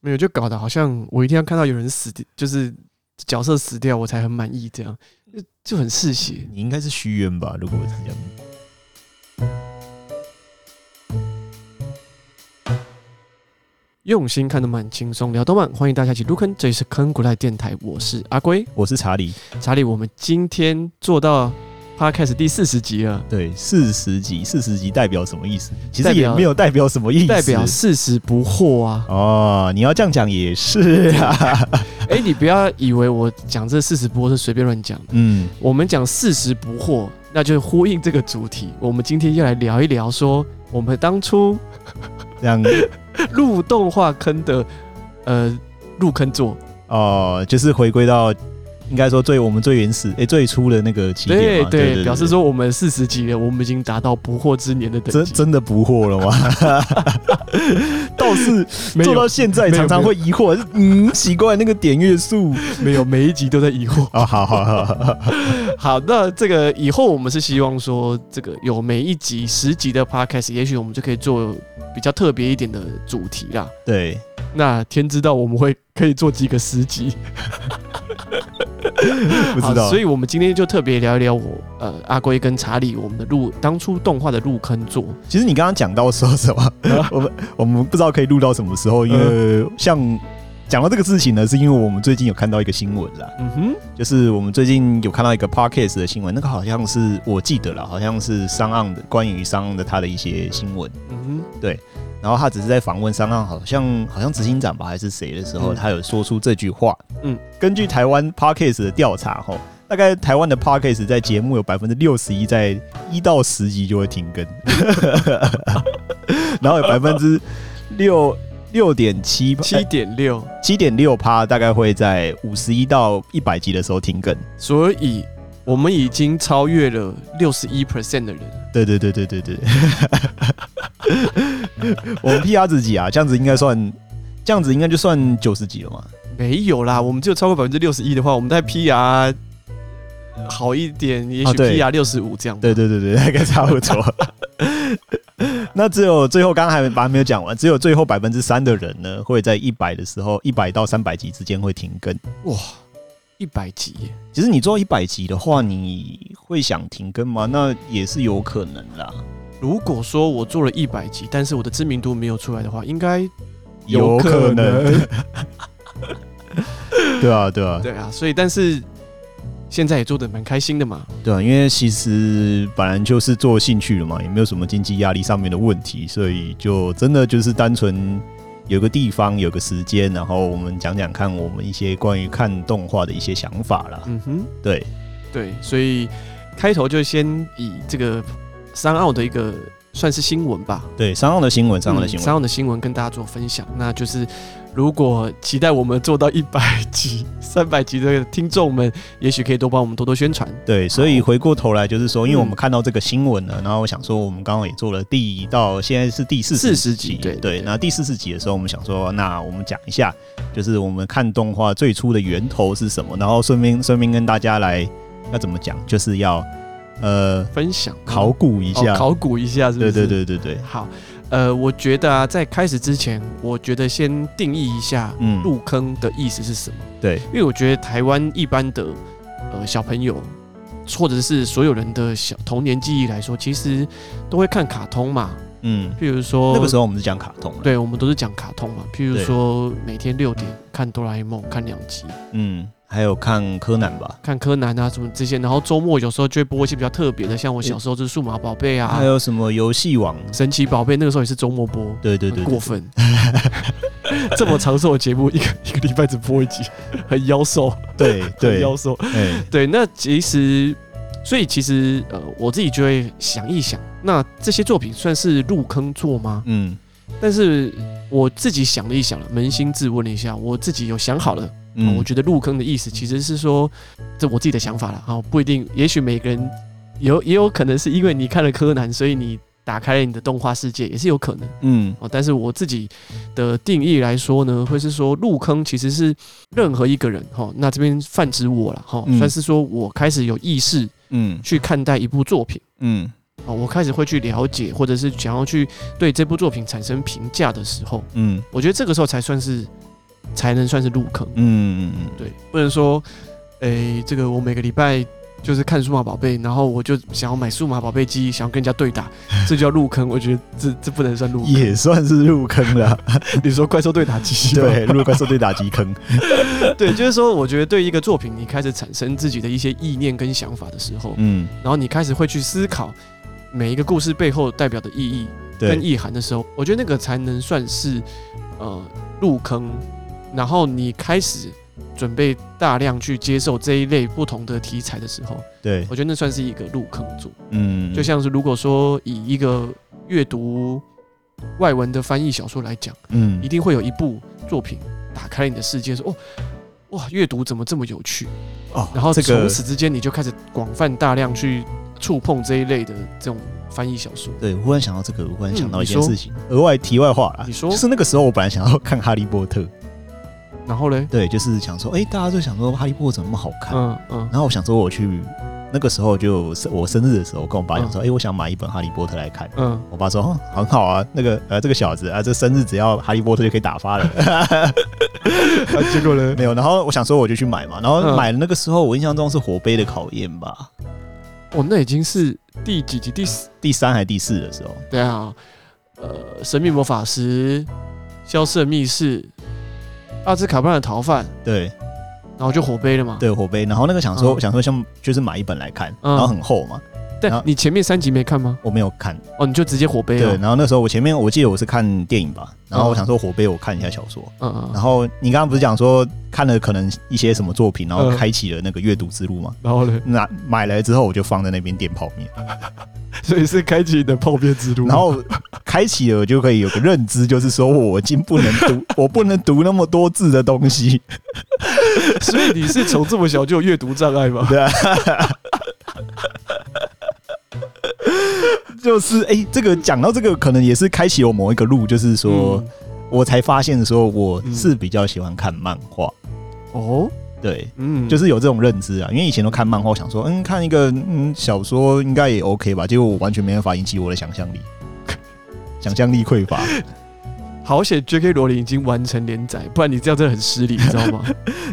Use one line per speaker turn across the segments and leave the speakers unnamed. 没有就搞得好像我一定要看到有人死掉，就是角色死掉我才很满意，这样就就很嗜血。
你应该是虚渊吧？如果我是这样，
用心看动漫，轻松聊动漫，欢迎大家一起入坑，这里是坑古代电台，我是阿龟
我是查理。
查理。我们今天做到 podcast 第四十集了，
对，四十集，四十集代表什么意思？其
代
实也
表
没有代表什么意思。
代表四十不惑啊！
哦，你要这样讲也是 啊。
哎、你不要以为我讲这四十不惑是随便乱讲的，
嗯，
我们讲四十不惑，那就呼应这个主题。我们今天要来聊一聊说我们当初
这样
入动画坑的呃入坑作，
哦，就是回归到应该说最我们最原始诶、最初的那个起点
对
嘛。对
对，表示说我们四十级了，我们已经达到不惑之年的等
真
级，
真的不惑了吗？倒是
没
做到
有
现在
没有
常常会疑惑，嗯，奇怪，那个点阅数。
没有，每一集都在疑惑
哦，好好好好，
好，那这个以后我们是希望说，这个有每一集十集的 podcast，也许我们就可以做比较特别一点的主题啦。
对，
那天知道我们会可以做几个十集，
不
好，
知道，
所以我们今天就特别聊一聊我呃阿龟跟查理我们的入当初动画的入坑作。
其实你刚刚讲到说什么， 我们我们不知道可以录到什么时候，因为像讲到这个事情呢，是因为我们最近有看到一个新闻啦，
嗯哼，
就是我们最近有看到一个 podcast 的新闻，那个好像是我记得了，好像是商岸的关于商岸的他的一些新闻，
嗯
然后他只是在访问商岸，好像好像执行长吧还是谁的时
嗯
候，他有说出这句话。
嗯，
根据台湾 podcast 的调查，吼。大概台湾的 podcast 在节目有百分之六十一在一到十集就会停更， 然后有百分之六六点七
哼，
呃
七点六，
七点六趴大概会在五十一到一百集的时候停更。
所以我们已经超越了六十一 percent 的人。
对对对对对对， 我们 PR 自己啊，这样子应该算，这样子应该就算九十集了嘛。
没有啦，我们只有超过百分之六十一的话，我们在 PR 好一点，也许
啊对
PR 六十五这样吧。
对对对 对，大概差不多。那只有最后刚刚还还没有讲完，只有最后百分之三的人呢，会在一百的时候，一百到三百集之间会停更。
哇，一百集耶，
其实你做一百集的话，你会想停更吗？那也是有可能啦，
如果说我做了一百集，但是我的知名度没有出来的话，应该
有可能。 对啊，对啊，
对啊。所以，但是现在也做的蛮开心的嘛。
对啊，因为其实本来就是做兴趣的嘛，也没有什么经济压力上面的问题，所以就真的就是单纯有个地方，有个时间，然后我们讲讲看我们一些关于看动画的一些想法啦。
嗯哼。
对，
对，所以开头就先以这个三澳的一个算是新闻吧，
对，商岸的新闻，商岸的新
嗯三
闻，
澳的新闻跟大家做分享。那就是如果期待我们做到一百集、 三百集的听众们，也许可以多帮我们多多宣传。
对，所以回过头来就是说，因为
嗯
我们看到这个新闻呢，然后我想说，我们刚刚也做了第到现在是第四
40
十
集对
对
对对
那第四十集的时候，我们想说，那我们讲一下，就是我们看动画最初的源头是什么，然后顺便顺便跟大家来要怎么讲，就是要呃
分享吗
考古一
哦
下，
考古一下，是不
对
是？
对对对对，
好，呃，我觉得啊，在开始之前，我觉得先定义一下
嗯，
入坑的意思是什么。
对
因为我觉得台湾一般的呃小朋友，或者是所有人的小童年记忆来说，其实都会看卡通嘛。
嗯，
譬如说，
那个时
候，
候我们是讲卡通了，，
对我们都是讲卡通嘛。譬如
对
说，每天六点看哆啦 A 梦，看两集，
嗯，还有看柯南吧，
看柯南啊什么这些，然后周末有时候就会播一些比较特别的，像我小时候就是数码宝贝啊
还。有什么游戏王，
神奇宝贝那个时候也是周末播，
对对
很
对对
过分。 这么长寿的节目，一个一个礼拜只播一集，很妖兽，
对
很
对，
妖兽。
哎，
对，那其实，所以其实呃，我自己就会想一想，那这些作品算是入坑作吗？
嗯。
但是我自己想了一想了，扪心自问了一下，我自己有想好了。
嗯
啊我觉得入坑的意思其实是说，这我自己的想法了啊、哦不一定，也许每个人有也有可能是因为你看了柯南，所以你打开了你的动画世界，也是有可能。
嗯
哦，但是我自己的定义来说呢，会是说入坑其实是任何一个人哈、哦，那这边泛指我了哈，哦
嗯
算是说我开始有意识
嗯
去看待一部作品
嗯
哦，我开始会去了解，或者是想要去对这部作品产生评价的时候，
嗯
我觉得这个时候才算是才能算是入坑。
嗯嗯嗯，
对，不能说，诶、这个我每个礼拜就是看数码宝贝，然后我就想要买数码宝贝机，想要跟人家对 打，这就叫入坑。我觉得这这不能算入坑。
也算是入坑 了。
你说怪兽对打机，
对，入怪兽对打击坑。
对，就是说，我觉得对一个作品，你开始产生自己的一些意念跟想法的时候，
嗯，
然后你开始会去思考每一个故事背后代表的意义跟
对，
意涵的时候，我觉得那个才能算是呃入坑，然后你开始准备大量去接受这一类不同的题材的时候，
对，
我觉得那算是一个入坑作。
嗯，
就像是如果说以一个阅读外文的翻译小说来讲，
嗯
一定会有一部作品打开你的世界，说哦。哇，阅读怎么这么有趣？
哦，
然后
这
从
个
此之间，你就开始广泛大量去触碰这一类的这种翻译小说。
对，我忽然想到这个，我忽然想到一件
嗯你说
事情，额外题外话啦，
你说
就是那个时候我本来想要看《哈利波特》，
然后嘞，
对，就是想说，哎、大家都想说《哈利波特》怎么那么好看，
嗯嗯，
然后我想说我去那个时候就我生日的时候，我跟我爸讲说，哎、我想买一本《哈利波特》来看。
嗯，
我爸说、哦、很好啊，那个呃，这个小子啊，这生日只要哈利波特就可以 打发了。
啊结果呢？
没有，然后我想说我就去买嘛，然后
嗯
买的那个时候我印象中是火杯的考验吧，
哦，那已经是第几集？第四？
第三还第四的时候，
对啊，呃，神秘魔法师、消失的密室、阿兹卡班的逃犯，
对，
然后就火杯了嘛。
对火杯，然后那个想说、
嗯
想说像就是买一本来看，
嗯
然后很厚嘛，然
但
后
你前面三集没看吗？
我没有看。
哦，你就直接火杯
对，
了。
然后那时候我前面我记得我是看电影吧，然后我
嗯
想说火杯我看一下小说，
嗯嗯。
然后你刚刚不是讲说看了可能一些什么作品，然后
嗯
开启了那个阅读之路嘛？
然后嘞，
那买来之后我就放在那边垫泡面，
所以是开启你 的泡面之路
然后开启了我就可以有个认知，就是说我已经不能 读，我不能读那么多字的东西。
所以你是从这么小就有阅读障碍 吗？
对啊，就是哎、这个讲到这个，可能也是开启我某一个路，就是说、
嗯
我才发现说我
嗯
是比较喜欢看漫画，
哦，
对。
嗯，
就是有这种认知啊，因为以前都看漫画，想说，嗯，看一个嗯小说应该也 OK 吧，结果我完全没办法引起我的想象力， 想象力匮乏。
好险 J.K. 罗琳已经完成连载，不然你这样真的很失礼，你知道 吗？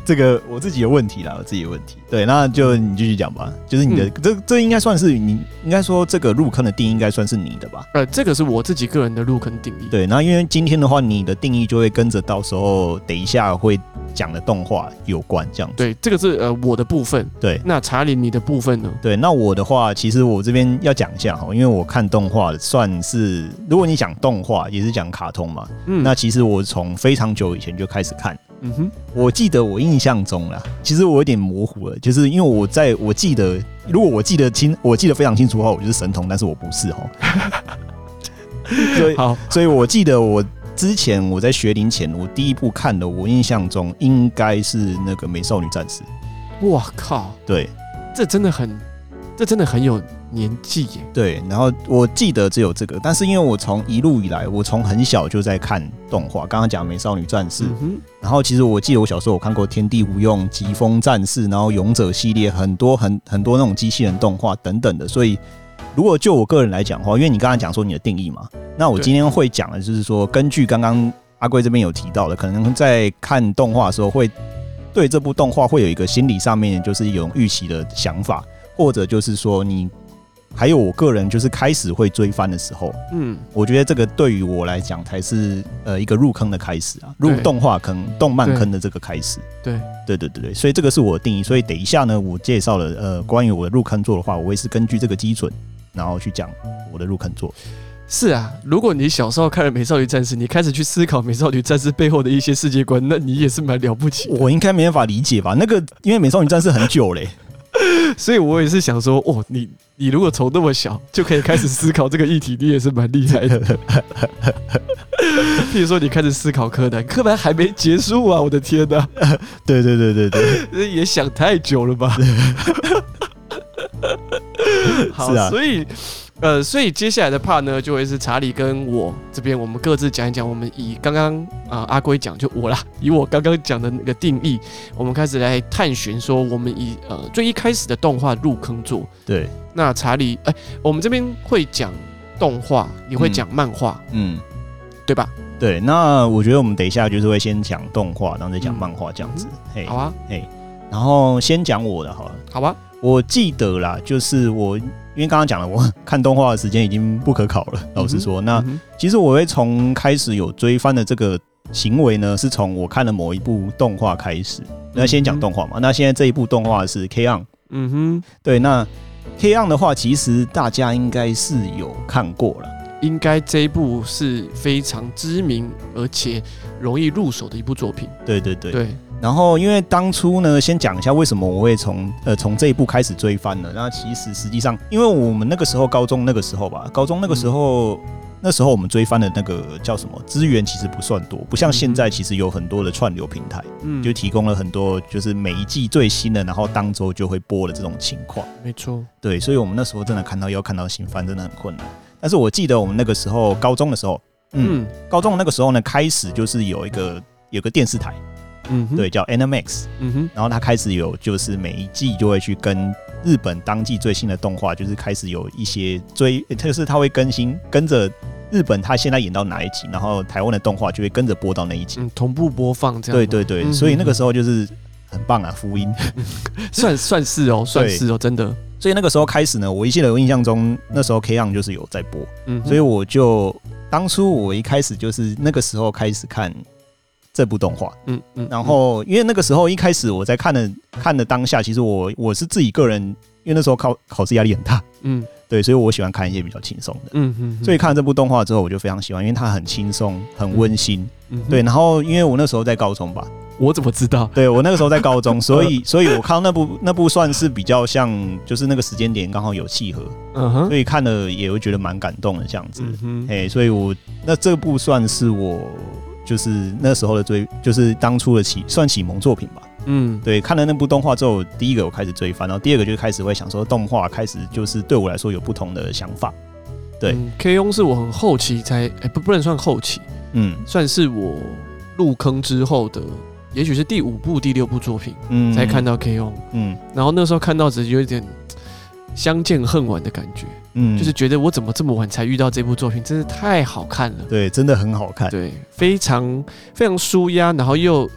这个我自己有问题啦，我自己有问题。对，那就你继续讲吧，就是你的、
嗯
这这应该算是你应该说这个入坑的定义应该算是你的吧？
呃，这个是我自己个人的入坑定义。
对，那因为今天的话，你的定义就会跟着到时候等一下会讲的动画有关，这样子。
对，这个是呃我的部分。
对
那查理你的部分呢？
对，那我的话，其实我这边要讲一下哈，因为我看动画算是，如果你讲动画也是讲卡通嘛，
嗯，
那其实我从非常久以前就开始看。
嗯哼，
我记得我印象中啦，其实我有点模糊了，就是因为我在我记得，如果我记得清，我记得非常清楚的话，我就是神童，但是我不 是哦。所以，
好，
所以我记得我之前我在学龄前，我第一部看的，我印象中应该是那个《美少女战士》。
哇靠，
对
这真的很，这真的很有年纪耶。
对，然后我记得只有这个，但是因为我从一路以来，我从很小就在看动画，刚刚讲《美少女战士》
嗯哼，
然后其实我记得我小时候我看过《天地无用》《疾风战士》，然后《勇者》系列很多很很多那种机器人动画等等的，所以如果就我个人来讲的话，因为你刚才讲说你的定义嘛，那我
对
今天会讲的就是说，根据刚刚阿贵这边有提到的，可能在看动画的时候会对这部动画会有一个心理上面就是有预期的想法，或者就是说你还有我个人就是开始会追番的时候，
嗯，
我觉得这个对于我来讲才是呃一个入坑的开始啊，入
对
动画坑、动漫坑的这个开始。
对，
对对对对，所以这个是我的定义。所以等一下呢，我介绍了呃关于我的入坑作的话，我会是根据这个基准，然后去讲我的入坑作。
是啊。如果你小时候看了《美少女战士》，你开始去思考《美少女战士》背后的一些世界观，那你也是蛮了不起的。
我应该没办法理解吧？那个因为美少女战士很久嘞、
所以我也是想说，哦，你你如果从那么小就可以开始思考这个议题，你也是蛮厉害的。譬如说，你开始思考柯南，柯南还没结束啊！我的天哪、
对对对对对，
这也想太久了 吧？好，
是啊
所以呃，所以接下来的 part 呢，就会是查理跟我这边，我们各自讲一讲，我们以刚刚啊阿龟讲就我啦， 以我刚刚讲的那个定义，我们开始来探寻说，我们以呃最一开始的动画入坑做。
对，
那查理，哎、我们这边会讲动画，也会讲漫画，
嗯，
对吧？
对，那我觉得我们等一下就是会先讲动画，然后再讲
嗯
漫画这样子。嘿
好，啊，
然后先讲我的好了。
好啊，
我记得啦，就是我因为刚刚讲了，我看动画的时间已经不可考了。老实说，那
嗯
其实我会从开始有追番的这个行为呢，是从我看了某一部动画开始。那先讲动画嘛，那现在这一部动画是 K on，
嗯哼，
对，那 K on 的话，其实大家应该是有看过了。
应该这一部是非常知名而且容易入手的一部作品。
对对对，
对，
然后，因为当初呢，先讲一下为什么我会从呃从这一部开始追番呢？那其实实际上，因为我们那个时候高中那个时候吧，高中那个时候、那时候我们追番的那个叫什么资源其实不算多，不像现在其实有很多的串流平台，
嗯，
就提供了很多就是每一季最新的，然后当周就会播的这种情况。
没错，
对，所以我们那时候真的看到要看到新番真的很困难。但是我记得我们那个时候高中的时候，嗯，
嗯
高中那个时候呢，开始就是有一个有个电视台，
嗯哼，
对，，叫 Animax。
嗯哼，
然后他开始有，就是每一季就会去跟日本当季最新的动画，就是开始有一些追，呃就是他会更新，跟着日本他现在演到哪一集，然后台湾的动画就会跟着播到那一集。
嗯，同步播放这样
对
吗，
对对，
嗯
所以那
嗯
个时候就是很棒啊，福音。
算算是哦，算是哦，真的，
所以那个时候开始呢，我记得我印象中那时候 K on 就是有在播，
嗯哼，
所以我就当初我一开始就是那个时候开始看这部动画，
嗯嗯，
然后因为那个时候一开始我在看的看的当下，其实我我是自己个人，因为那时候考考试压力很大，
嗯
对，所以我喜欢看一些比较轻松的。
嗯嗯嗯，
所以看了这部动画之后，我就非常喜欢，因为它很轻松、很温馨。
嗯哼
对，，然后因为我那时候在高中吧，
我怎么知道？
对我那个时候在高中，所以所以我看到那部那部算是比较像，就是那个时间点刚好有契合，
嗯
所
哼，
以看了也会觉得蛮感动的这样子。
嗯哼，
哎、所以我那这部算是我就是那时候的追，就是当初的启算启蒙作品吧。
嗯
对，看了那部动画之后，第一个我开始追番，然后第二个就开始会想说，动画开始就是对我来说有不同的想法。对
嗯，K O 是我很后期才，哎，不不能算后期，
嗯
算是我入坑之后的，也许是第五部、第六部作品
嗯
才看，到 KO，、
嗯
然后那时候看到只是有一点相见恨晚的感觉，
嗯，
就是觉得我怎么这么晚才遇到这部作品，真是太好看了，
对，真的很好看。
对，非常非常舒压，然后又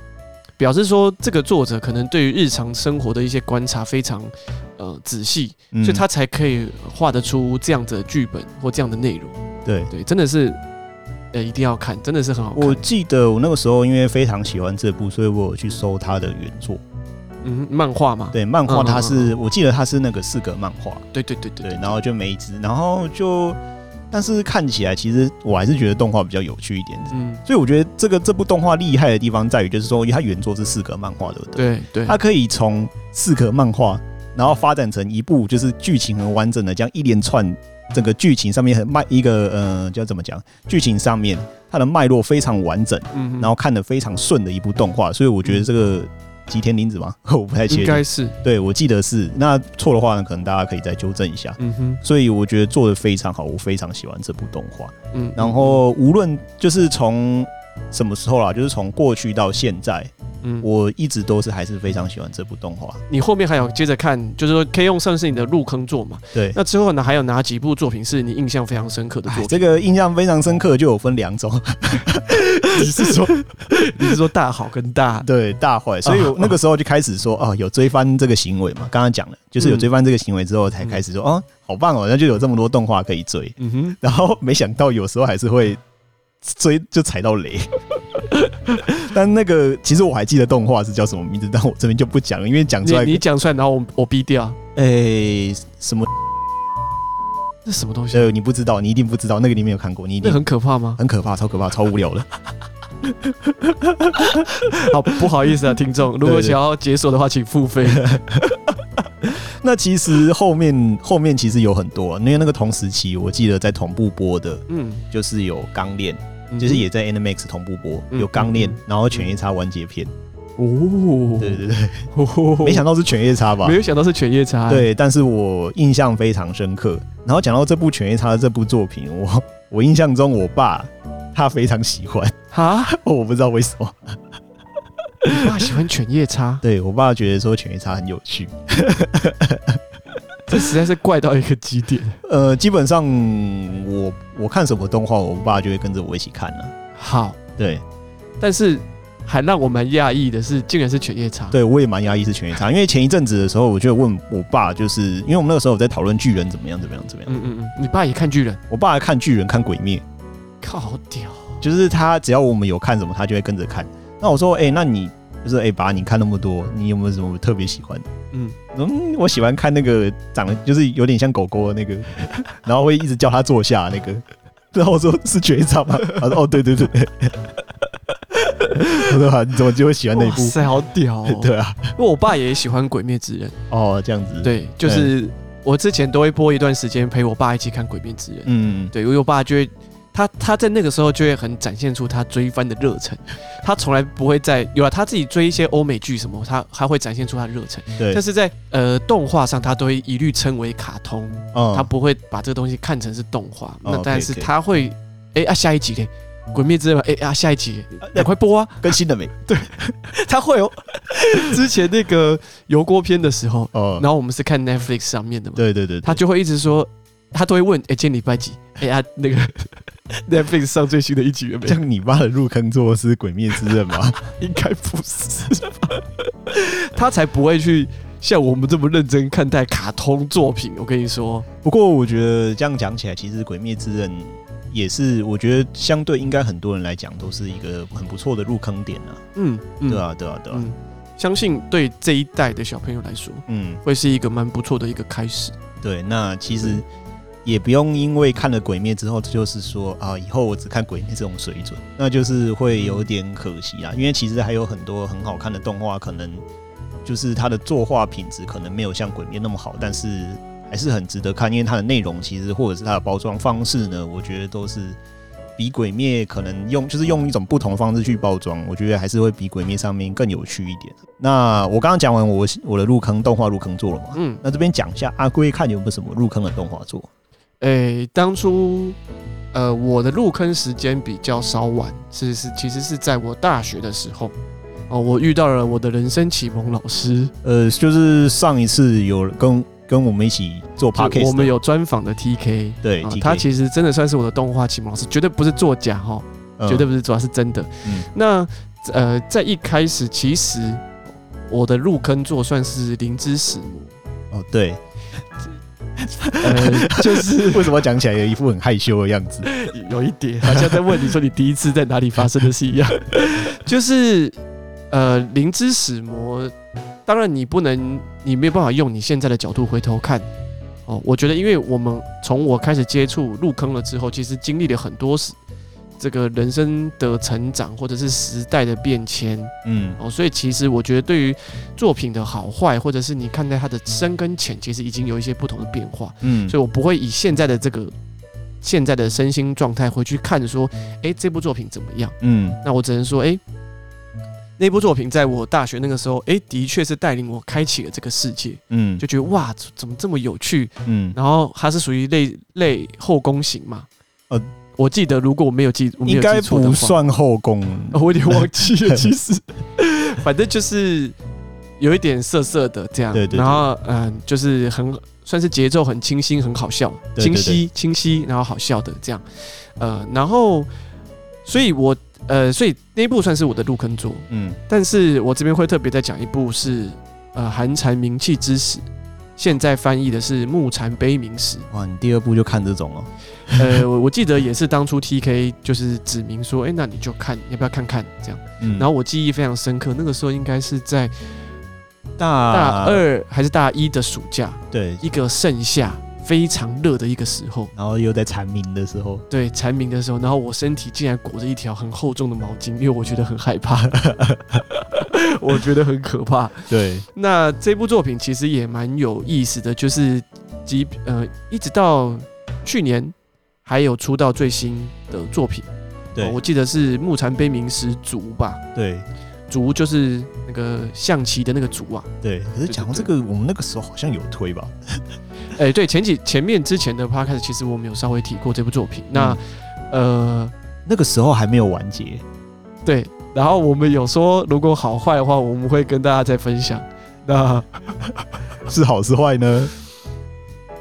表示说这个作者可能对于日常生活的一些观察非常呃仔细，
嗯
所以他才可以画得出这样的剧本或这样的内容，
对。
对，真的是。呃，一定要看，真的是很好看。
我记得我那个时候因为非常喜欢这部，所以我有去搜他的原作。
嗯，漫画嘛，
对，漫画
嗯
它
嗯
是，我记得它是那个四格漫画，
对对对对
对，然后就每一只，然后就，但是看起来其实我还是觉得动画比较有趣一点。
嗯，
所以我觉得这个这部动画厉害的地方在于，就是说，因为它原作是四格漫画，对不对？
对对，
它可以从四格漫画，然后发展成一部就是剧情很完整的，这样一连串整个剧情上面很脉一个呃叫怎么讲，剧情上面它的脉络非常完整，
嗯哼，
然后看得非常顺的一部动画，所以我觉得这个吉田林子嘛， 我不太
应
确
该
定，
是，
对我记得是，那错的话呢，可能大家可以再纠正一下。
嗯哼，
所以我觉得做的非常好，我非常喜欢这部动画。
嗯，
然后无论就是从什么时候啦，就是从过去到现在，
嗯，我
我一直都是还是非常喜欢这部动画。
你后面还有接着看，就是说 K 用算是你的入坑作嘛？
对，
那之后呢，还有哪几部作品是你印象非常深刻的
哎
作，品？
这个印象非常深刻，就有分 两种，你是说
你是说大好跟大？
对大
啊
坏？所以我那个时候就开始说，哦，有追番这个行为嘛？刚刚讲了，就是
嗯
有追番这个行为之后，才开始说，哦，好棒哦，那就有这么多动画可以追。
嗯哼，
然后没想到有时候还是会追就踩到雷。 但那个其实我还记得动画是叫什么名字，但我这边就不讲了，因为讲出来
你你讲出来，然后我我逼掉，
诶、什么？
这什么东西？
呃，你不知道，你一定不知道，那个你没有看过，你一
那
定
很可怕吗？
很可怕，超可怕，超无聊的。
好，不好意思啊，听众，如果
对对
想要解锁的话，请付费。
那其实后面后面其实有很多、因为那个同时期我记得在同步播的，
嗯，
就是有《钢炼》，
嗯
就是也在 Animax 同步播，
嗯
有《钢炼
嗯嗯》，
然后《犬夜叉》完结篇。
哦，
对对对，
哦
没想到是《犬夜叉》吧
没？有想到是犬夜叉，，
对，但是我印象非常深刻。然后讲到这部《犬夜叉》的这部作品，我我印象中我爸他非常喜欢，
哈，
我不知道为什么。
你爸喜欢犬夜叉，
对我爸觉得说《犬夜叉》很有趣。
这实在是怪到一个极点
呃，基本上我我看什么动画，我爸就会跟着我一起看了、
好，
对
但是还让我蛮讶异的是，竟然是犬夜叉。
对，我也蛮压抑是犬夜叉，因为前一阵子的时候，我就问我爸，就是因为我们那个时候有在讨论巨人怎么样怎么样怎么样，
嗯嗯嗯，你爸也看巨人，
我爸还看巨人看鬼灭，
靠，好屌！
就是他只要我们有看什么，他就会跟着看。那我说，哎、那你就是哎、爸，你看那么多，你有没有什么特别喜欢的？
嗯
嗯，我喜欢看那个长得就是有点像狗狗的那个， 然后会一直叫他坐下那个。然后我说是绝招吗？他说哦，对对对。 我说好，啊你怎么就会喜欢那一
哇
部？！
塞，好屌、哦
对啊，
因为我爸也喜欢《鬼灭之刃》，
哦，这样子。，
对，就是我之前都会播一段时间陪我爸一起看《鬼灭之刃》
嗯，
对，因为我爸就会他他在那个时候就会很展现出他追番的热 忱，他从来不会在有了他自己追一些欧美剧什么，他他会展现出他的热忱，
对，嗯
但是在呃动画上他都会一律称为卡通，他
嗯，
不会把这个东西看成是动画，
哦
那但是
OK，OK
他会哎、啊下一集嘞。鬼灭之刃嘛，哎、啊，下一集
呃
赶快播啊！
更新了没？
他会哦。之前那个油锅篇的时候，
哦，
然后我们是看 Netflix 上面的嘛，
对对对，对
他就会一直说，他都会问，哎、今天礼拜几？哎、呀、那个 Netflix 上最新的一集了没
这？样你爸的入坑作是《鬼灭之刃》吗？
应该不是吧， 他才不会去像我们这么认真看待卡通作品。我跟你说，
不过我觉得这样讲起来，其实《鬼灭之刃》也是，我觉得相对应该很多人来讲都是一个很不错的入坑点啊。
嗯，嗯
对，啊，对啊，对啊，
嗯，相信对这一代的小朋友来说，
嗯，
会是一个蛮不错的一个开始。
对。那其实也不用因为看了《鬼灭》之后，就是说啊，以后我只看《鬼灭》这种水准，那就是会有点可惜啊。因为其实还有很多很好看的动画，可能就是它的作画品质可能没有像《鬼灭》那么好，但是还是很值得看，因为它的内容其实或者是它的包装方式呢，我觉得都是比《鬼灭》可能用就是用一种不同的方式去包装，我觉得还是会比《鬼灭》上面更有趣一点。那我刚刚讲完我我的入坑动画入坑作了嘛，
嗯，
那这边讲一下阿龟看有没有什么入坑的动画作？
哎、当初。呃，我的入坑时间比较稍晚，是是，其实是在我大学的时候，哦，我遇到了我的人生启蒙老师，
呃，就是上一次有跟跟我们一起做 podcast，的
我们有专访的 TK，
对
啊
TK，
他其实真的算是我的动画启蒙老师，绝对不是作假哈，
嗯
绝对不是作假，是真的。
嗯
那呃，在一开始，其实我的入坑作算是灵之始魔，
哦对，
呃， 就是
为什么讲起来有一副很害羞的样子？
有一点好像在问你说你第一次在哪里发生的事一样，就是呃，灵之始魔，当然你不能，你没有办法用你现在的角度回头看。哦，我觉得，因为我们从我开始接触入坑了之后，其实经历了很多时这个人生的成长，或者是时代的变迁
嗯
哦，所以其实我觉得对于作品的好坏，或者是你看待它的深跟浅，其实已经有一些不同的变化。
嗯，
所以我不会以现在的这个现在的身心状态回去看说，诶，这部作品怎么样？
嗯
那我只能说，诶，那部作品在我大学那个时候，诶，的确是带领我开启了这个世界，
嗯
就觉得哇，怎怎么这么有趣？
嗯，
然后它是属于类类后宫型嘛？
呃，
我记得如果我没有记，我没
应
有
该
记错的
不
话，
算后宫。
哦 我有点忘记了， 其实，反正就是有一点涩涩的这样，
对对对
然后嗯、就是很算是节奏很清新，很好笑，
对对
清晰清晰，然后好笑的这样，呃，然后，所以我呃，所以那一部算是我的入坑作，
嗯
但是我这边会特别再讲一部是呃寒蝉鸣泣之死。现在翻译的是《木蝉悲鸣时》，
哇，你第二部就看这种哦。
呃，我我记得也是当初 T K 就是指明说，哎、那你就看，要不要看看这样。
嗯，
然后我记忆非常深刻，那个时候应该是在
大
大二还是大一的暑假，
对，
一个盛夏非常热的一个时候，
然后又在蝉鸣的时候，
对蝉鸣的时候，然后我身体竟然裹着一条很厚重的毛巾，因为我觉得很害 怕，我觉得很可怕。
对，
那这部作品其实也蛮有意思的，就是即呃一直到去年还有出到最新的作品，
对
哦我记得是《木蝉悲鸣时足》吧，
对
足就是那个象棋的那个足啊。
对。可是讲到这个，我们那个时候好像有推吧？
哎、对，前几前面之前的 podcast 其实我们有稍微提过这部作品。那、
嗯
呃，
那个时候还没有完结。
对，然后我们有说如果好坏的话，我们会跟大家再分享。那
是好是坏呢？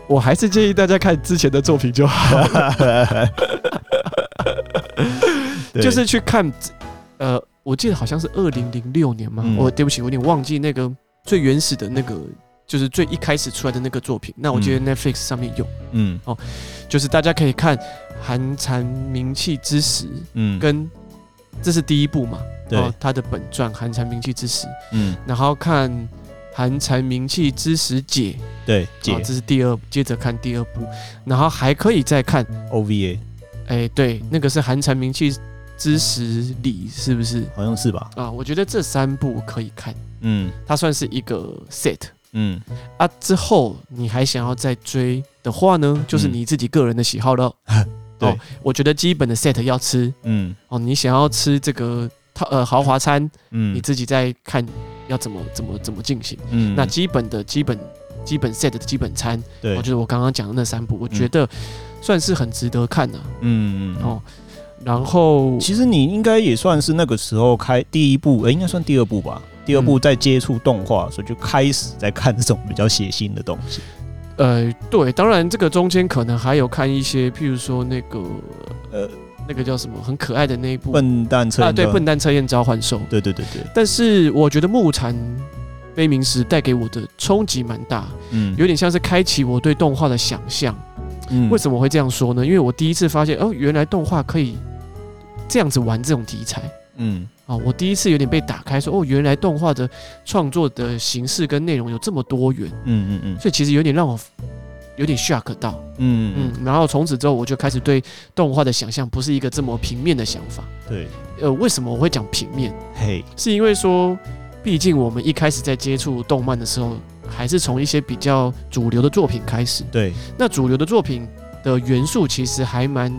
我还是建议大家看之前的作品就好。
对
就是去看，呃，我记得好像是二零零六年嘛，
嗯
我对不起，我有点忘记那个最原始的那个，就是最一开始出来的那个作品。那我记得 Netflix 上面有，
嗯
就是大家可以看《寒蝉鸣泣之时》
嗯，
跟，这是第一部嘛，
对，
哦他的本传《寒蝉鸣泣之时》，
嗯
然后看《寒蝉鸣泣之时解》
对，
啊
姐
这是第二，接着看第二部，然后还可以再看，
OVA
哎，对，那个是《寒蝉鸣泣之时里》，是不是？
好像是吧？
啊，我觉得这三部可以看，
嗯
它算是一个 set
嗯
啊。之后你还想要再追的话呢，就是
嗯
你自己个人的喜好了。
对
哦，我觉得基本的 set 要吃
嗯
哦，你想要吃这个套呃豪华餐，你
嗯
自己再看要怎么怎么怎么进行。
嗯，
那基本的基本基本 set 的基本餐，
对
哦，就是我刚刚讲的那三部，我觉得算是很值得看的、啊
嗯嗯
哦。然后
其实你应该也算是那个时候开第一部，诶，应该算第二部吧。第二部在接触动画，所以就开始在看这种比较血腥的东西。
呃，对，当然这个中间可能还有看一些，譬如说那个
呃，
那个叫什么很可爱的那一部
笨蛋车
啊，对，
你知道吗
笨蛋测验召唤兽。
对对对对，
但是我觉得木蝉悲鸣时带给我的冲击蛮大，
嗯，
有点像是开启我对动画的想象。
嗯
为什么会这样说呢？因为我第一次发现，哦，原来动画可以这样子玩这种题材。
嗯
啊、我第一次有点被打开说哦，原来动画的创作的形式跟内容有这么多元，
嗯嗯嗯
所以其实有点让我有点 shock 到。
嗯
嗯
嗯，，
然后从此之后我就开始对动画的想象不是一个这么平面的想法。
对，
呃，为什么我会讲平面？
嘿，
是因为说，毕竟我们一开始在接触动漫的时候，还是从一些比较主流的作品开始。
对，
那主流的作品的元素其实还蛮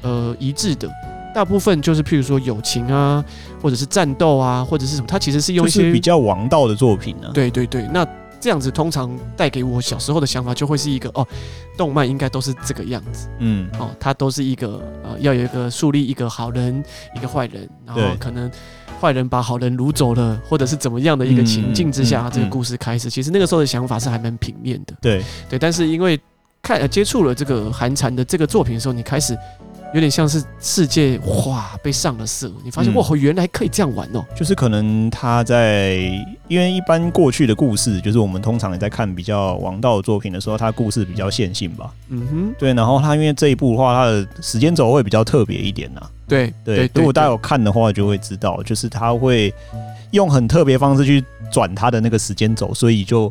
呃一致的，大部分就是譬如说友情啊，或者是战斗啊，或者是什么，它其实是用
就
一些
是比较王道的作品啊。
对对对，那这样子通常带给我小时候的想法就会是一个哦，动漫应该都是这个样子
嗯
哦，它都是一个呃要有一个树立一个好人一个坏人，然后
对
可能坏人把好人掳走了，或者是怎么样的一个情境之下，
嗯嗯嗯
这个故事开始。其实那个时候的想法是还蛮平面的，
对，
对，但是因为看、呃、接触了这个韩蝉的这个作品的时候，你开始。有点像是世界哇被上了色，你发现、
嗯
哇原来可以这样玩哦，
就是可能他在，因为一般过去的故事，就是我们通常也在看比较王道的作品的时候，它故事比较线性吧。
嗯哼，
对，然后它因为这一部的话，它的时间轴会比较特别一点呐、
对
对，如果大家有看的话，就会知道，就是它会用很特别方式去转它的那个时间轴，所以就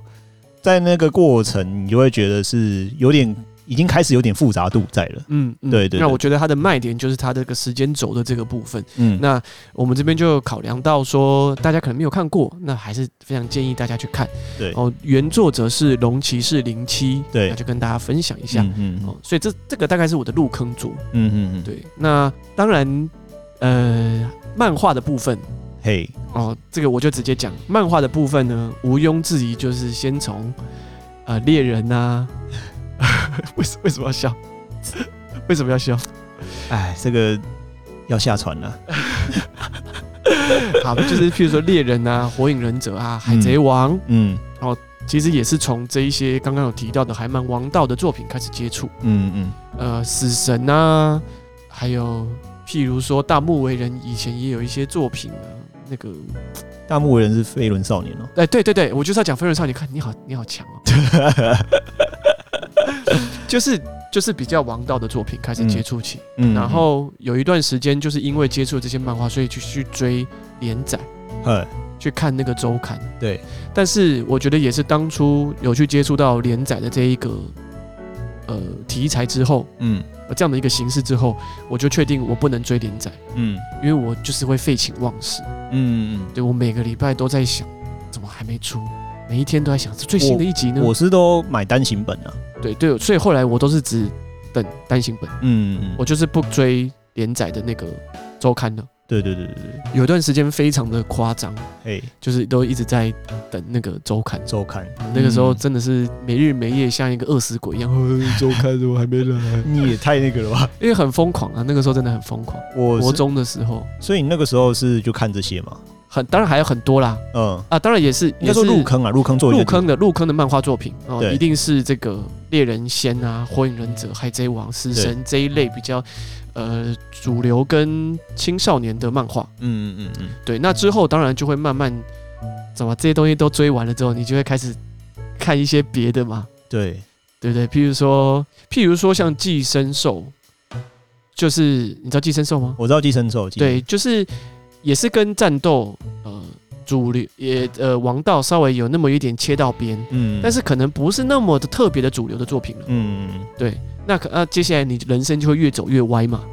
在那个过程，你就会觉得是有点已经开始有点复杂度在了。
嗯，嗯
对对
那
对
我觉得它的卖点就是它这个时间轴的这个部分。
嗯，
那我们这边就考量到说，大家可能没有看过，那还是非常建议大家去看。
对
哦，原作者是龙骑士零七，
对
那就跟大家分享一下。
嗯嗯
哦，所以这这个大概是我的入坑作。
嗯嗯嗯，，
对，那当然，呃，漫画的部分
嘿，
哦，这个我就直接讲。漫画的部分呢，毋庸置疑就是先从呃猎人啊， 为什为什么要笑？ 为什么要笑？
哎，这个要下船了。
好，就是譬如说猎人 啊、火影忍者啊、海贼王，
嗯
其实也是从这一些刚刚有提到的还蛮王道的作品开始接触，
嗯嗯，
呃，死神啊，还有譬如说大木为人以前也有一些作品啊，那个，
大木人是飞轮少年哦、
哎，对对对，我就是要讲飞轮少年，看你好，你好强哦， 就是就是比较王道的作品开始接触起，
嗯，
然后有一段时间就是因为接触这些漫画，所以去去追连载，
呃，
去看那个周刊。
对，
但是我觉得也是当初有去接触到连载的这一个呃题材之后，
嗯
呃这样的一个形式之后，我就确定我不能追连载，
嗯
因为我就是会废寝忘食。
嗯
对我每个礼拜都在想，怎么还没出？每一天都在想，是最新的一集呢
嗯，？我是都买单行本啊。
对对，所以后来我都是只等单行本，
嗯嗯
我
嗯，
就是不追连载的那个周刊了。
对对对对对，
有一段时间非常的夸张，
嘿，
就是都一直在等那个周刊。
周刊
那个时
嗯
候真的是没日没夜，像一个饿死鬼一样，周刊怎么还没来？
你也太那个了吧？
因为很疯狂啊，那个时候真的很疯狂。
我
国
是，
中的时候，
所以你那个时候是就看这些嘛？
很当然还有很多啦
嗯，
啊，当然也是
应
也
该
是
说入坑啊，入坑做
入坑的入坑的漫画作品哦，
对
一定是这个猎人仙啊、火影忍者、海贼王、死神这一类比较呃主流跟青少年的漫画。
嗯嗯嗯
对，那之后当然就会慢慢怎么这些东西都追完了之后，你就会开始看一些别的嘛，
嗯，对，
对不对？譬如说，譬如说像寄生兽，就是你知道寄生兽吗？
我知道寄生兽，寄生
对，，就是也是跟战斗呃主流也呃王道稍微有那么一点切到边。
嗯，
但是可能不是那么的特别的主流的作品了。
嗯嗯嗯
对，那可那接下来你人生就会越走越歪 嘛，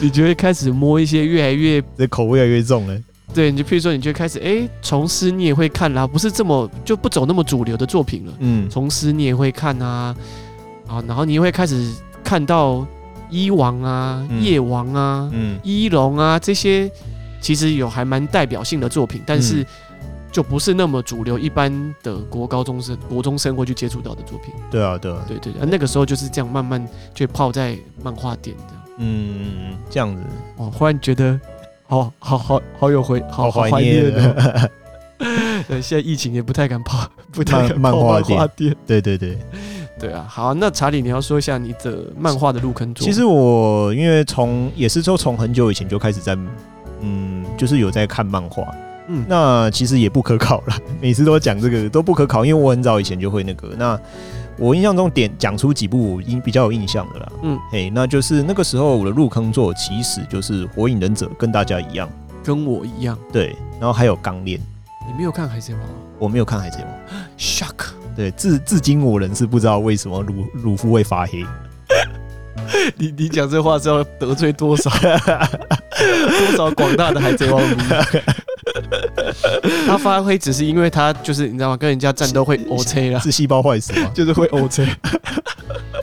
你就会开始摸一些越来越
这口味越来越重了，
对，你就譬如说你就会开始哎，虫师你也会看啦，不是这么就不走那么主流的作品了，
嗯，
虫师你也会看啊，啊，然后你会开始看到医王啊、
嗯
夜王啊、
嗯
一龙啊这些，其实有还蛮代表性的作品，但是
嗯
就不是那么主流一般的国高中生、国中生会去接触到的作品。
对啊对啊，
对对对，啊那个时候就是这样慢慢就泡在漫画店的。
嗯，嗯嗯这样子，
哦，忽然觉得好好好好有回好
好怀
怀
念
哦。 对，现在疫情也不太敢泡，不太敢
漫
泡
漫画
漫画店。
对对对。
对啊，好，那查理，你要说一下你的漫画的入坑作。
其实我因为从也是说从很久以前就开始在，嗯，就是有在看漫画。
嗯
那其实也不可考啦， 每次都讲这个都不可考，因为我很早以前就会那个。那我印象中点讲出几部我印比较有印象的啦，
嗯
嗯，嘿，那就是那个时候我的入坑作其实就是《火影忍者》，跟大家一样，
跟我一样，
对，然后还有《钢炼》，
你没有看《海贼王》吗
我没有看《海贼王
？Shock，》，
对，至至今我仍是不知道为什么鲁鲁夫会发黑，
你你讲这话是要得罪多少 多少广大的海贼王迷？他发挥只是因为他就是你知道吗？跟人家战斗会 OK 啦，？
是细胞坏死吗
就是会 OK。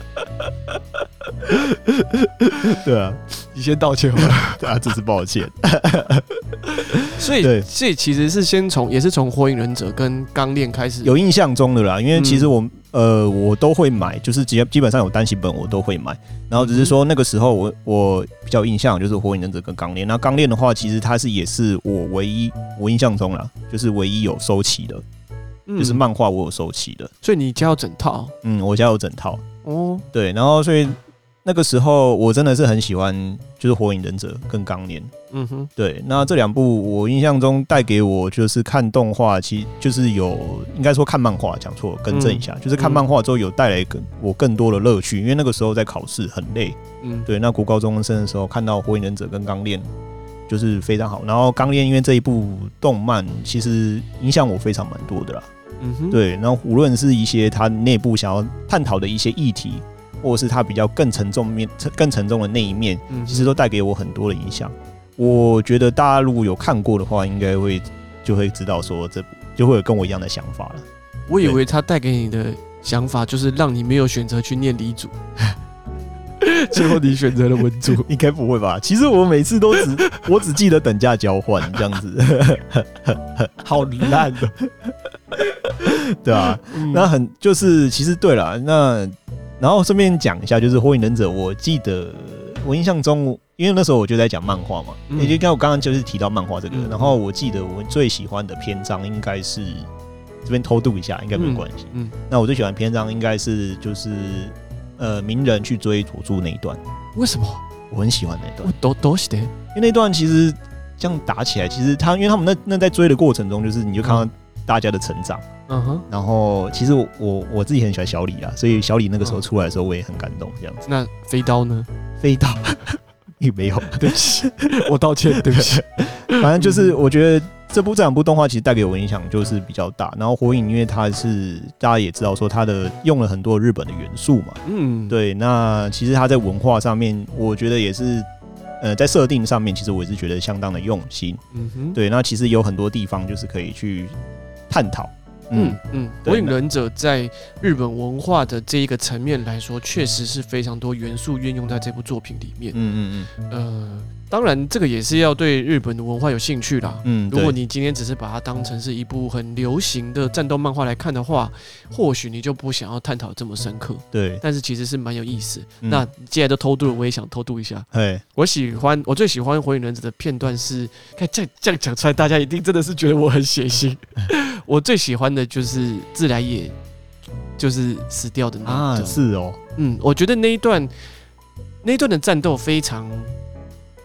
对啊，
你先道歉吧。
对啊，真是抱歉。
所以，
对
所以其实是先从也是从火影忍者跟钢炼开始。
有印象中的啦，因为
嗯
其实我、呃我都会买，就是基基本上有单行本我都会买，然后只是说那个时候我我比较有印象就是火影忍者跟钢炼，那钢炼的话其实它是也是我唯一我印象中啦，就是唯一有收齐的，
嗯
就是漫画我有收齐的，
所以你家要整套
嗯，我家有整套，
哦。
对，然后所以那个时候我真的是很喜欢就是火影忍者跟钢炼，
嗯哼，
对，那这两部我印象中带给我就是看动画，其实就是有应该说看漫画，讲错了，更正一下，就是看漫画之后有带来更我更多的乐趣，因为那个时候在考试很累，
嗯，
对，那国高中生的时候看到《火影忍者》跟《钢炼》就是非常好，然后《钢炼》因为这一部动漫其实影响我非常蛮多的啦，
嗯哼，，
对，然后无论是一些它内部想要探讨的一些议题，或者是它比较更沉重面更沉重的那一面。
嗯，
其实都带给我很多的影响。我觉得大家如果有看过的话，应该会就会知道说这就会有跟我一样的想法了。
我以为他带给你的想法就是让你没有选择去念理组，最后你选择了文组。
应该不会吧？其实我每次都 只我只记得等价交换这样子，
好烂
哦
的。
对啊，
嗯
那很就是其实对了，那然后顺便讲一下，就是《火影忍者》，我记得我印象中，因为那时候我就在讲漫画嘛，
嗯
也就刚我刚刚就是提到漫画这个，
嗯
然后我记得我最喜欢的篇章应该是这边偷渡一下，应该没有关系。
嗯嗯
那我最喜欢的篇章应该是就是呃鸣人去追佐助那一段，
为什么？
我很喜欢那一段
我，都都是的。
因为那段其实这样打起来，其实他因为他们那那在追的过程中，就是你就看到大家的成长。
嗯哼，
然后其实我我我自己很喜欢小李啦，啊所以小李那个时
嗯
候出来的时候，我也很感动。这样子，
那飞刀呢？
飞刀 也没有，
对不起，我道歉，对不起。
反正就是我觉得这部这两部动画其实带给我影响就是比较大。然后火影因为它是大家也知道说它的用了很多日本的元素嘛，
嗯，，
对，那其实它在文化上面，我觉得也是。呃，在设定上面，其实我也是觉得相当的用心。
嗯哼，，
对，那其实有很多地方就是可以去探讨，
嗯
嗯，
嗯，
对
火影
那
忍者在日本文化的这一个层面来说，确实是非常多元素运用在这部作品里面。
嗯嗯嗯
呃，当然这个也是要对日本的文化有兴趣啦。
嗯，
如果
对
你今天只是把它当成是一部很流行的战斗漫画来看的话，或许你就不想要探讨这么深刻，
对，
但是其实是蛮有意思。
嗯
那既然都偷渡了，我也想偷渡一下。
嘿，
我喜欢，我最喜欢《火影忍者》的片段是，看这样这样讲出来，大家一定真的是觉得我很血 腥。我最喜欢的就是自来也，就是死掉的那一
啊，
段。
是哦，
嗯，我觉得那一段，那一段的战斗非常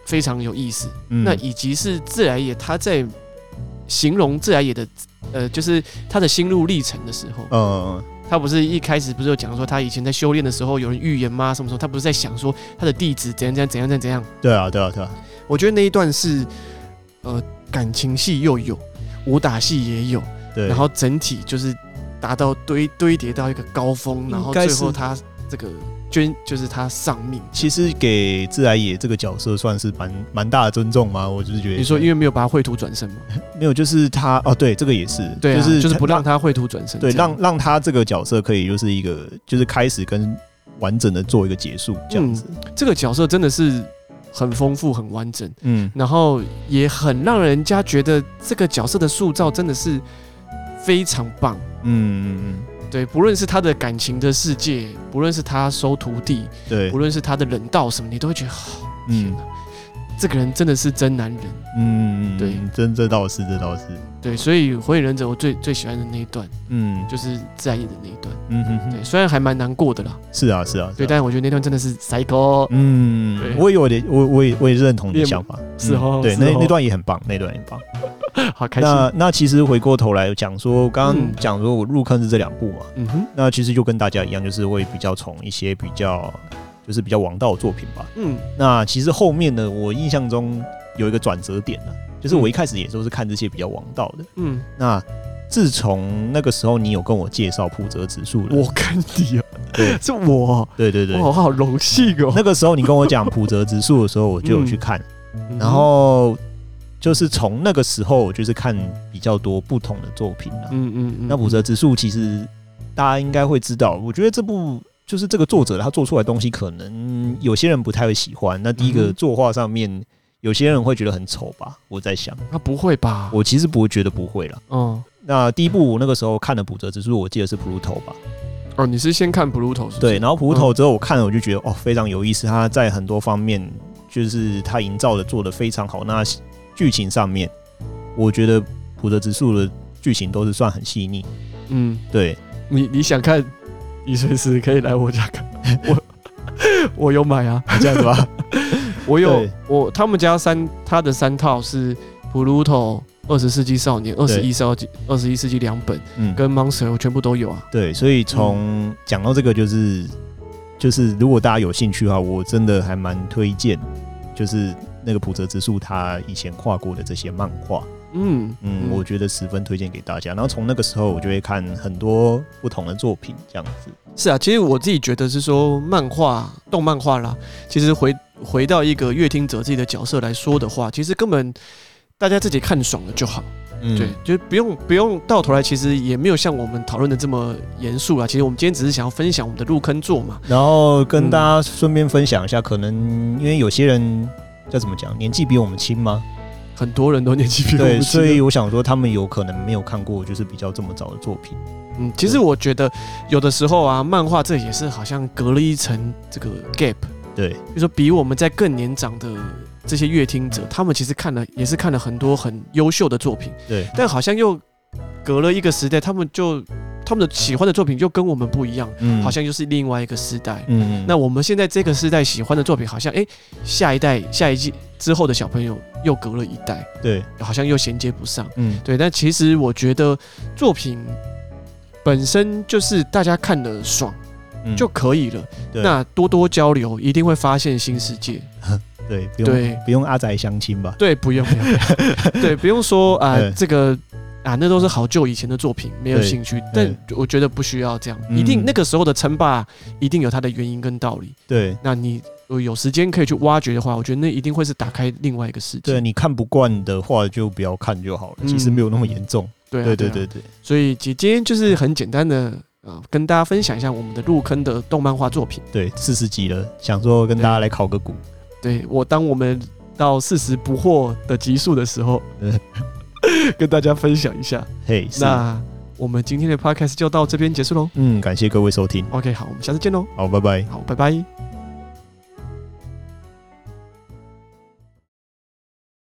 非常有意思。
嗯
那以及是自来也他在形容自来也的呃，就是他的心路历程的时候，
呃，
他不是一开始不是有讲说他以前在修炼的时候有人预言吗？什么时候他不是在想说他的弟子怎样怎样怎样怎样怎样？
对啊，对啊，对啊，
我觉得那一段是呃感情戏又有，武打戏也有，
对，啊
然后整体就是达到堆堆叠到一个高峰，然后
应该
最
是
后他这个捐就是他丧命。
其实给自来也这个角色算是蛮蛮大的尊重嘛，我就是觉得
你说因为没有把他绘图转身 嘛？
没有，就是他哦，对，这个也是，
对啊，
就是
就是
他
不让他绘图转身这
对
样。
让让他这个角色可以就是一个就是开始跟完整的做一个结束这样子，
嗯这个角色真的是很丰富、很完整，
嗯
然后也很让人家觉得这个角色的塑造真的是非常棒。
嗯嗯
对，不论是他的感情的世界，不论是他收徒弟，
嗯，对
不，论是他的人道什么，你都会觉得，哦天
嗯
哪，这个人真的是真男人。
嗯嗯，
对
嗯，真这倒是这倒是，
对，所以《火影忍者》我最最喜欢的那一段
嗯
就是自然野的那一段。
嗯哼
对，
哼，
虽然还蛮难过的啦，
是啊是啊，
对，
的，
但我觉得那段真的是 psycho。对
嗯，我也有点，我我也我也认同你的想法，
是哦
嗯对，
是
那
哦
那段也很棒，那段也很棒。
好开心。
那那其实回过头来讲说，刚
嗯
刚讲说我入坑是这两部嘛，
嗯哼，
那其实就跟大家一样，就是会比较从一些比较就是比较王道的作品吧。
嗯
那其实后面呢，我印象中有一个转折点呢、就是我一开始也都是看这些比较王道的。
嗯，
那自从那个时候，你有跟我介绍普泽指数了，
我跟你啊
对，
是我啊。
对对对，
我好荣幸哦。
那个时候你跟我讲普泽指数的时候，我就有去
嗯
看，然后就是从那个时候，我就是看比较多不同的作品了、
嗯，嗯嗯嗯，
那普泽直树其实大家应该会知道，我觉得这部就是这个作者他做出来的东西，可能有些人不太会喜欢。那第一
嗯
个
哼
作画上面，有些人会觉得很丑吧？我在想，
他不会吧？
我其实不觉得不会啦。
哦
那第一部我那个时候看的《普泽直树》，我记得是《普鲁头》吧？
哦，你是先看 Pluto 是不是？嗯
对，，然后《普鲁头》之后我看了，我就觉得哦，非常有意思。他在很多方面，就是他营造的做的非常好。那剧情上面，我觉得《普泽直树》的剧情都是算很细腻。
嗯，
对，
你你想看，你随时可以来我家 看，我我有买啊，
这样 子吧？
我有
对
我他们家三他的三套是 Pluto。二十世纪少年、二十一世纪、二十一世纪两本
嗯，
跟嗯 Monster 我全部都有啊。
对，所以从讲到这个，就是就是如果大家有兴趣的话，我真的还蛮推荐，就是那个普泽之树他以前画过的这些漫画，
嗯
嗯，我觉得十分推荐给大家。然后从那个时候，我就会看很多不同的作品，这样子。
是啊，其实我自己觉得是说，漫画、动漫画啦，其实回回到一个乐听者自己的角色来说的话，其实根本大家自己看爽了就好，
嗯
对，就不用不用到头来，其实也没有像我们讨论的这么严肃啊啦。其实我们今天只是想要分享我们的入坑作嘛，
然后
嗯
跟大家顺便分享一下，可能因为有些人。要怎么讲？年纪比我们轻吗？
很多人都哦年纪比我们
对，
轻啊
所以我想说，他们有可能没有看过，就是比较这么早的作品。
嗯，其实我觉得有的时候啊，漫画这也是好像隔了一层这个 gap，
对，
就说比我们在更年长的这些乐听者，他们其实看了也是看了很多很优秀的作品。
对，
但好像又隔了一个时代，他们就他们的喜欢的作品就跟我们不一样，
嗯
好，像又是另外一个时代。
嗯，嗯
那我们现在这个时代喜欢的作品，好像诶，下一代、下一季之后的小朋友又隔了一代，
对，
好像又衔接不上。
嗯，
对，但其实我觉得作品本身就是大家看的爽
嗯
就可以了。
对
那多多交流，一定会发现新世界。
对，不用
对
不用阿宅相亲吧？
对，不用，不用 对，不用说啊、
对
这个啊，那都是好旧以前的作品，没有
对
兴趣。但
对
我觉得不需要这样，
嗯
一定那个时候的称霸一定有它的原因跟道理。
对
那你呃有时间可以去挖掘的话，我觉得那一定会是打开另外一个世界。
对，你看不惯的话就不要看就好了，
嗯
其实没有那么严重。
对啊
对对
啊
对对，
所以今今天就是很简单的啊、呃跟大家分享一下我们的入坑的动漫画作品。
对，四十集了，想说跟大家来考个股，
对我，当我们到四十不惑的集数的时候
嗯，
跟大家分享一下。
嘿，是，
那我们今天的 podcast 就到这边结束喽。
嗯，感谢各位收听，
OK，好，我们下次见喽。
好，拜拜。
好，拜拜。